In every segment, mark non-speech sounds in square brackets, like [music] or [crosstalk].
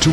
中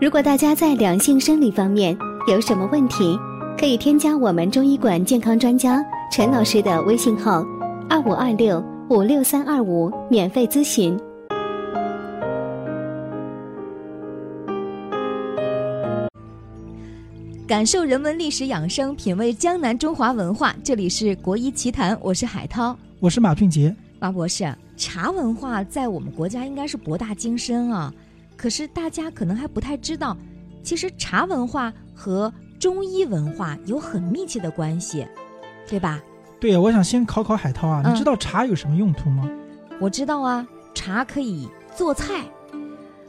如果大家在两性生理方面有什么问题，可以添加我们中医馆健康专家陈老师的微信号：二五二六五六三二五，免费咨询。感受人文历史养生，品味江南中华文化。这里是国医奇谈，我是海涛，我是马俊杰。马博士，茶文化在我们国家应该是博大精深啊，可是大家可能还不太知道，其实茶文化和中医文化有很密切的关系，对吧？对，我想先考考海涛啊，嗯你知道茶有什么用途吗？我知道啊，茶可以做菜，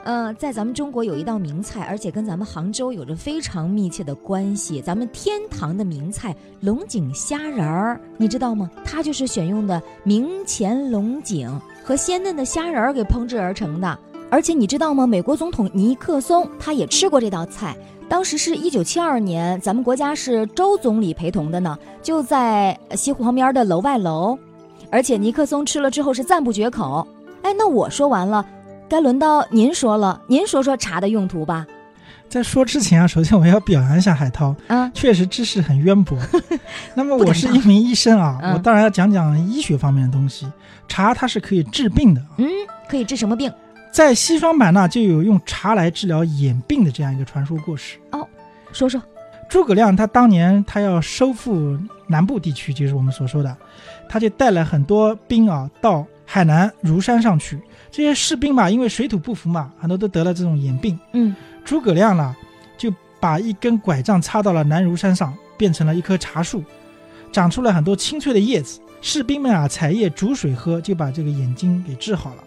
呃，在咱们中国有一道名菜，而且跟咱们杭州有着非常密切的关系。咱们天堂的名菜龙井虾仁儿，你知道吗？它就是选用的明前龙井和鲜嫩的虾仁儿给烹制而成的。而且你知道吗？美国总统尼克松他也吃过这道菜，当时是一九七二年，咱们国家是周总理陪同的呢，就在呃西湖旁边的楼外楼。而且尼克松吃了之后是赞不绝口。哎，那我说完了，该轮到您说了，您说说茶的用途吧。在说之前啊，首先我要表扬一下海涛，啊，确实知识很渊 [laughs] 博。那么不敢我是一名医生啊，嗯我当然要讲讲医学方面的东西。茶它是可以治病的啊，嗯，可以治什么病？在西双版纳就有用茶来治疗眼病的这样一个传说故事。说说。诸葛亮他当年他要收复南部地区，就是我们所说的，他就带了很多兵啊到海南儒山上去。这些士兵嘛，因为水土不服嘛，很多都得了这种眼病。嗯，诸葛亮呢，就把一根拐杖插到了南儒山上，变成了一棵茶树，长出了很多清脆的叶子。士兵们啊，采叶煮水喝，就把这个眼睛给治好了。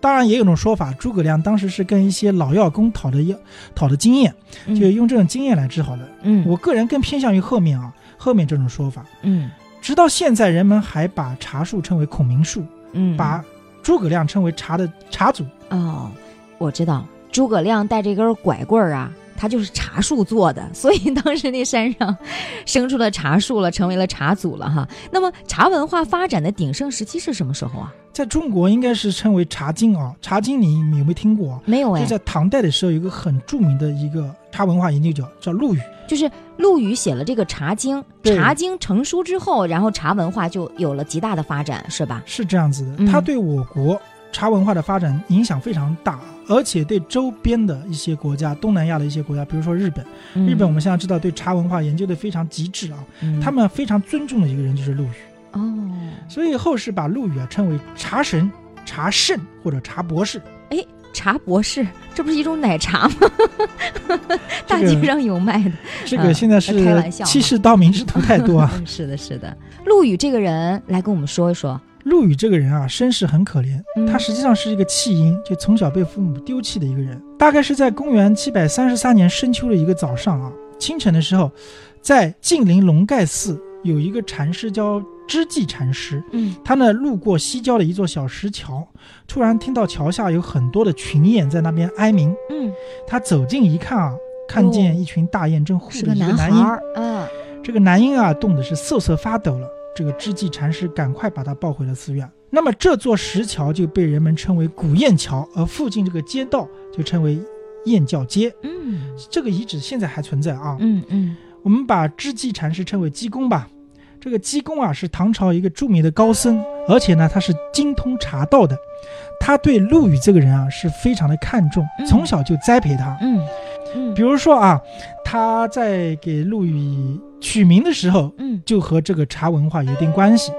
当然，也有种说法，诸葛亮当时是跟一些老药工讨的药，讨的经验，就嗯用这种经验来治好的。嗯我个人更偏向于后面啊，后面这种说法。嗯直到现在，人们还把茶树称为孔明树，嗯，把诸葛亮称为茶的茶祖。哦，我知道，诸葛亮带这根拐棍儿啊，他就是茶树做的， [laughs] 所以当时那山上生出了茶树了，成为了茶祖了哈。那么茶文化发展的鼎盛时期是什么时候啊？在中国应该是称为茶经啊，茶经你有没有听过啊？没有哎就，在唐代的时候，有一个很著名的一个茶文化研究者叫陆羽，就是陆羽写了这个《茶经》，《对茶经》成书之后，然后茶文化就有了极大的发展，是吧？是这样子的，嗯他对我国茶文化的发展影响非常大，而且对周边的一些国家，东南亚的一些国家，比如说日本，日本我们现在知道对茶文化研究的非常极致啊，嗯、他们非常尊重的一个人就是陆羽，嗯哦，所以后世把陆羽啊称为茶神、茶圣或者茶博士。茶博士，这不是一种奶 [laughs] 茶吗？大街上有卖的。这个现在嗯开是玩笑啊欺世盗名之徒 [laughs] 太多啊。嗯是的，是的。陆羽这个人来跟我们说一说。陆羽这个人啊，身世很可怜嗯，他实际上是一个弃婴，就从小被父母丢弃的一个人。大概是在公元七百三十三年深秋的一个早上啊，清晨的时候，在近邻龙盖寺有一个禅师叫知济禅师，嗯他呢路过西郊的一座小石桥，突然听到桥下有很多的群雁在那边哀鸣。嗯，他走近一看啊，看见一群大雁正护是着一个男男孩婴，儿啊。这个男婴啊，冻得是瑟瑟发抖了。这个知济禅师赶快把他抱回了寺院。那么这座石桥就被人们称为古雁桥，而附近这个街道就称为雁教街。嗯这个遗址现在还存在啊。嗯嗯我们把知济禅师称为济公吧。这个济公啊，是唐朝一个著名的高僧，而且呢，他是精通茶道的。他对陆羽这个人啊，是非常的看重，嗯从小就栽培他。嗯嗯比如说啊，他在给陆羽取名的时候，嗯就和这个茶文化有一定关系。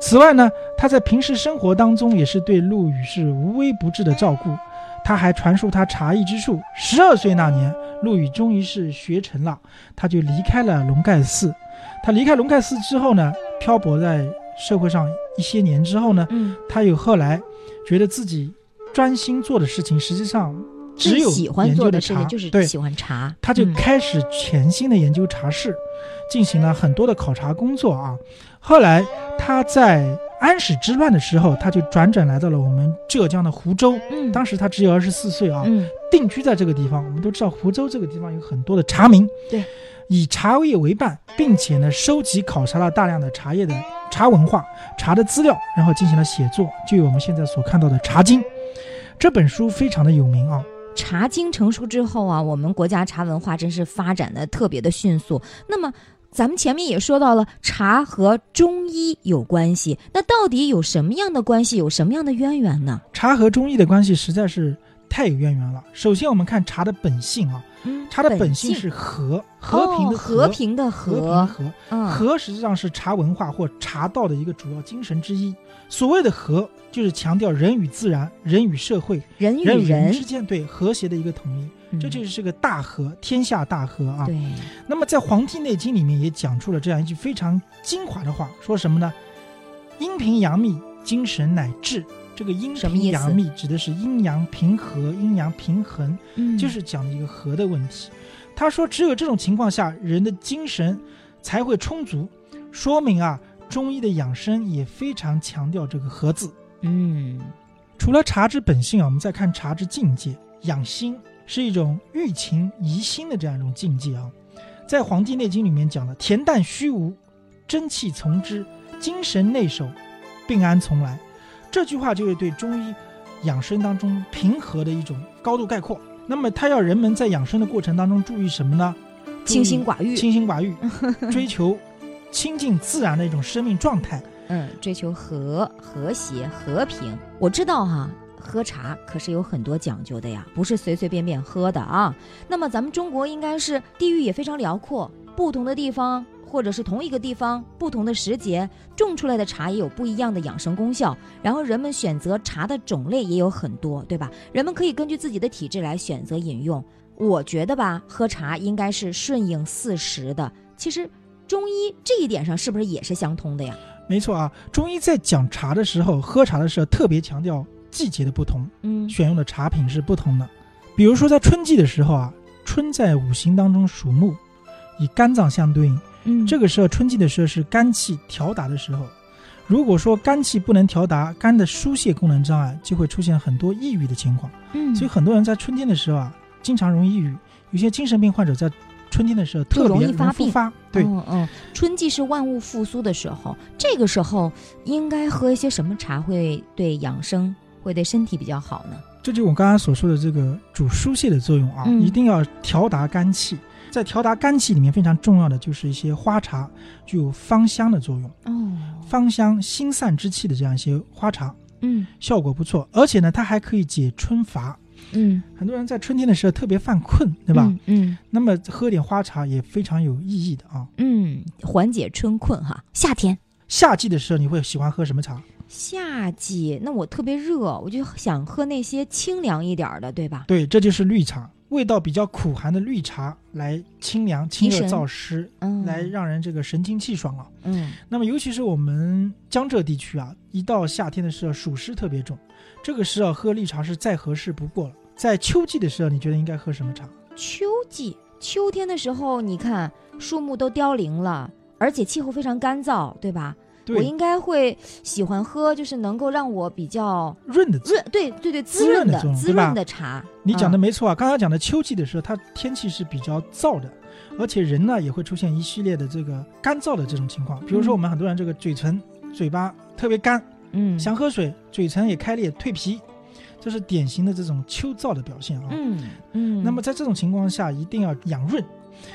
此外呢，他在平时生活当中也是对陆羽是无微不至的照顾。他还传授他茶艺之术。十二岁那年，陆羽终于是学成了，他就离开了龙盖寺。他离开龙盖寺之后呢，漂泊在社会上一些年之后呢，嗯他有后来觉得自己专心做的事情，实际上只有最喜欢研做究的的事情茶就是对喜欢茶，他就嗯开始全新的研究茶室，进行了很多的考察工作啊。后来他在安史之乱的时候，他就辗转来到了我们浙江的湖州。嗯，当时时他只有二十四岁啊，嗯定居在这个地方。我们都知道湖州这个地方有很多的茶民，对，以茶叶为伴，并且呢收集考察了大量的茶叶的茶文化、茶的资料，然后进行了写作，就有我们现在所看到的《茶经》这本书非常的有名啊。茶经成熟之后啊，我们国家茶文化真是发展的特别的迅速。那么。咱们前面也说到了，茶和中医有关系，那到底有什么样的关系，有什么样的渊源呢？茶和中医的关系实在是太有渊源了。首先，我们看茶的本性啊，嗯，茶的本性性是和和平哦的和和平的和平的和，和嗯，和实际上是茶文化或茶道的一个主要精神之一。所谓的和，就是强调人与自然、人与社会、人与人与人人之，间对和谐的一个统一，嗯这就是个大和，天下大和啊。对，那么在《黄帝内经》里面也讲出了这样一句非常精华的话，说什么呢？阴平阳秘，精神乃至。这个阴什么意平思阳秘指的是阴阳平和、阴阳平衡，嗯就是讲的一个和的问题。他说，只有这种情况下，人的精神才会充足，说明啊，中医的养生也非常强调这个和字。嗯，除了茶之本性啊，我们再看茶之境界。养心是一种欲情怡心的这样一种境界啊，在《黄帝内经》里面讲的“恬淡虚无，真气从之，精神内守，病安从来”，这句话就是对中医养生当中平和的一种高度概括。那么，它要人们在养生的过程当中注意什么呢？清心寡欲，清心寡欲，追求亲近自然的一种生命状态。嗯，追求和和谐和平。我知道哈、喝茶可是有很多讲究的呀，不是随随便便喝的啊。那么咱们中国应该是地域也非常辽阔，不同的地方或者是同一个地方，不同的时节种出来的茶也有不一样的养生功效。然后人们选择茶的种类也有很多，对吧？人们可以根据自己的体质来选择饮用。我觉得吧，喝茶应该是顺应四时的。其实中医这一点上是不是也是相通的呀？没错啊，中医在讲茶的时候，喝茶的时候特别强调季节的不同，嗯，选用的茶品是不同的。比如说在春季的时候啊，春在五行当中属木，以肝脏相对应。嗯，这个个时候春季的时候是肝气调达的时候。如果说肝气不能调达，肝的疏泄功能障碍就会出现很多抑郁的情况。嗯，所以很多人在春天的时候啊，经常容易抑郁。有些精神病患者在春天的时候特容别易发容易复病发。对，嗯嗯，春季是万物复苏的时候，这个时候应该喝一些什么茶会对养生会对身体比较好呢？这就是我刚刚所说的这个主疏泄的作用啊，嗯一定要调达肝气。在调达肝气里面，非常重要的就是一些花茶，具有芳香的作用，哦，芳香心散之气的这样一些花茶，嗯效果不错。而且呢，它还可以解春乏。嗯，很多人在春天的时候特别犯困，对吧？？嗯那么喝点花茶也非常有意义的啊。嗯，缓解春困哈。夏天，夏季的时候，你会喜欢喝什么茶？夏季，那我特别热，我就想喝那些清凉一点儿的，对吧？对，这就是绿茶，味道比较苦寒的绿茶，来清凉、清提热神燥湿，嗯，来让人这个神清气爽啊。嗯那么尤其是我们江浙地区啊，一到夏天的时候，暑湿特别重，这个时候喝绿茶是再合适不过了。在秋季的时候，你觉得应该喝什么茶？秋季，秋天的时候，你看树木都凋零了，而且气候非常干燥，对吧？我对应，该会喜欢喝，就是能够让我比较润的字。润，对对对，滋滋润润的的作用滋对吧润的茶。你讲的嗯没错啊，刚才讲的秋季的时候，它天气是比较燥的，而且人呢也会出现一系列的这个干燥的这种情况。比如说我们很多人这个嘴唇、嘴巴特别干，嗯想喝水，嘴唇也开裂、蜕皮，这是典型的这种秋燥的表现啊。嗯嗯，那么在这种情况下，一定要养润。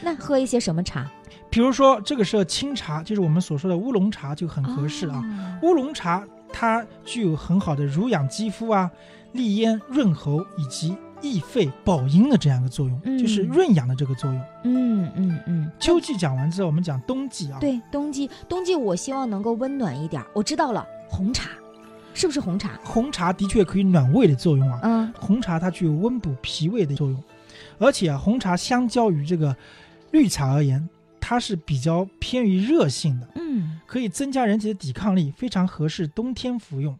那喝一些什么茶比如说这个时候清茶，就是我们所说的乌龙茶就很合适啊。？哦乌龙茶它具有很好的濡养肌肤啊、利咽润喉以及益肺保阴的这样一个作用，嗯就是润养的这个作用。嗯嗯嗯，秋季讲完之后，我们讲冬季啊。，对，冬季冬季我希望能够温暖一点儿。我知道了，红茶，是不是红茶？红茶的确可以暖胃的作用啊。嗯红茶它具有温补脾胃的作用，而且啊，红茶相较于这个绿茶而言，它是比较偏于热性的。嗯，可以增加人体的抵抗力，非常合适冬天服用。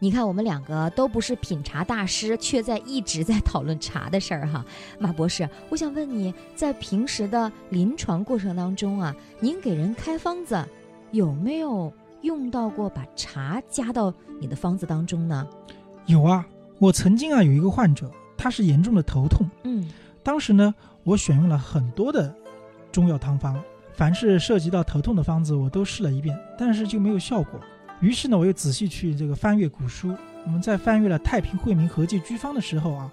你看，我们两个都不是品茶大师，却在一直在讨论茶的事儿哈。马博士，我想问你在平时的临床过程当中啊，您给人开方子有没有用到过把茶加到你的方子当中呢？有啊，我曾经啊有一个患者，他是严重的头痛，嗯当时呢我选用了很多的中药汤方，凡是涉及到头痛的方子我都试了一遍，但是就没有效果。于是呢我又仔细去这个翻阅古书，我们在翻阅了《太平惠民合剂居方》的时候啊，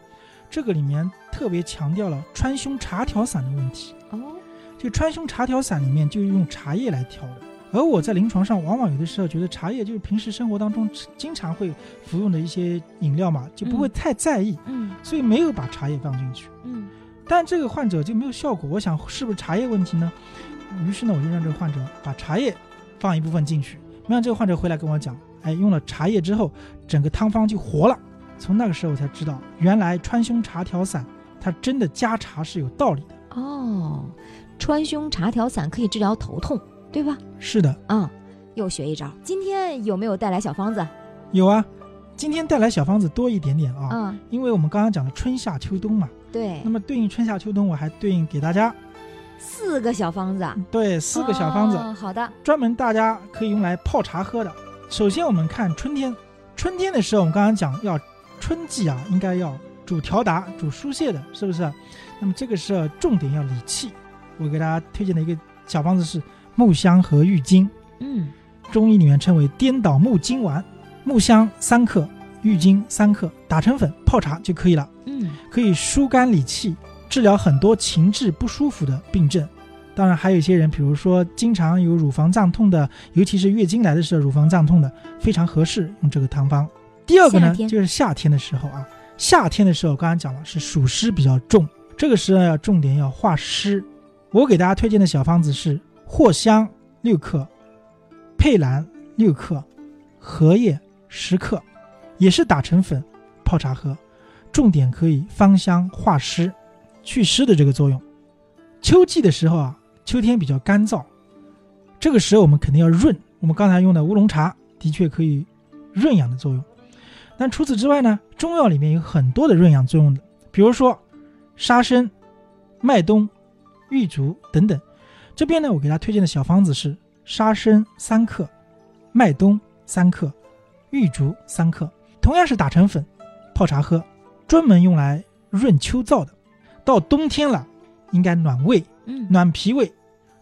这个里面特别强调了川芎茶调散的问题。哦，就川芎茶调散里面就用茶叶来调的。而我在临床上，往往有的时候觉得茶叶就是平时生活当中经常会服用的一些饮料嘛，就不会太在意，嗯所以没有把茶叶放进去。嗯但这个患者就没有效果，我想是不是茶叶问题呢？于是呢，我就让这个患者把茶叶放一部分进去，没想到这个患者回来跟我讲，哎，用了茶叶之后，整个汤方就活了。从那个时候我才知道，原来川芎茶调散它真的加茶是有道理的。哦，川芎茶调散可以治疗头痛，对吧？是的，嗯，又学一招。今天有没有带来小方子？有啊，今天带来小方子多一点点啊，嗯，因为我们刚刚讲了春夏秋冬嘛，对那，么对应春夏秋冬，我还对应给大家四个小方子啊，对嗯四个小方子，哦好的，专门大家可以用来泡茶喝的。首先我们看春天，春天的时候我们刚刚讲要春季啊，应该要主调达、主疏泄的，是不是？那么这个时候重点要理气。我给大家推荐的一个小方子是木香和郁金。嗯中医里面称为颠倒木金丸，木香三克，郁金三克，打成粉泡茶就可以了，嗯，可以疏肝理气，治疗很多情志不舒服的病症。当然，还有一些人，比如说经常有乳房胀痛的，尤其是月经来的时候乳房胀痛的，非常合适用这个汤方。第二个夏呢，天就是夏天的时候啊，夏天的时候刚刚讲了是暑湿比较重，这个时候要重点要化湿。我给大家推荐的小方子是藿香六克，佩兰六克，荷叶十克，也是打成粉泡茶喝，重点可以芳香化湿、祛湿的这个作用。秋季的时候啊，秋天比较干燥，这个时候我们肯定要润。我们刚才用的乌龙茶的确可以润养的作用，但除此之外呢，中药里面有很多的润养作用的，比如说沙参、麦冬、玉竹等等。这边呢，我给大家推荐的小方子是沙参三克，麦冬三克，玉竹三克，同样是打成粉泡茶喝，专门用来润秋燥的。到冬天了，应该暖胃，嗯，暖脾胃，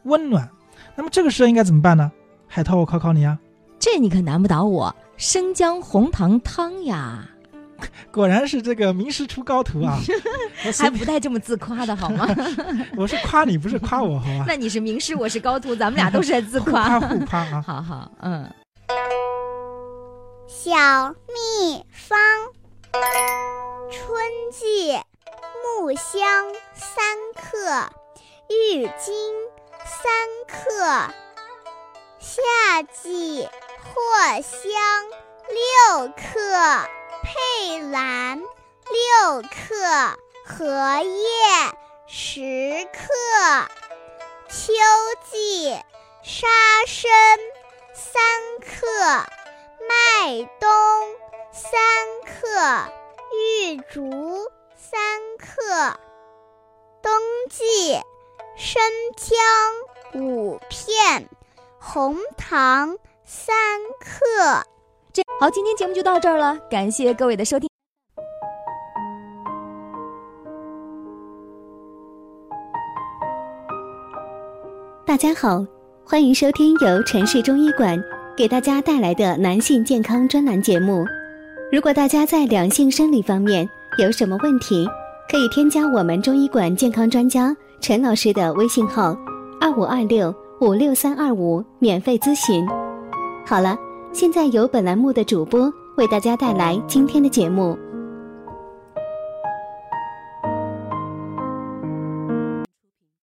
温暖。那么这个时候应该怎么办呢？海涛，我考考你啊！这你可难不倒我，生姜红糖汤呀，果然是这个名师出高 [laughs] 徒啊！我随还不带这么自夸的好 [laughs] 吗？我是夸你，不是夸我，好吧？那你是名师，我是高徒，咱们俩都是在自互夸。互夸啊！ [laughs] 好好，嗯，小秘方：春季木香三克，郁金三克；夏季藿香六克，佩兰六克，荷叶十克；秋季沙参三克。麦冬三克，玉竹三克，冬季生姜五片，红糖三克。这好，今天节目就到这儿了，感谢各位的收听。大家好，欢迎收听由城市中医馆给大家带来的男性健康专栏节目。如果大家在两性生理方面有什么问题，可以添加我们中医馆健康专家陈老师的微信号二五二六五六三二五免费咨询。好了，现在由本栏目的主播为大家带来今天的节目。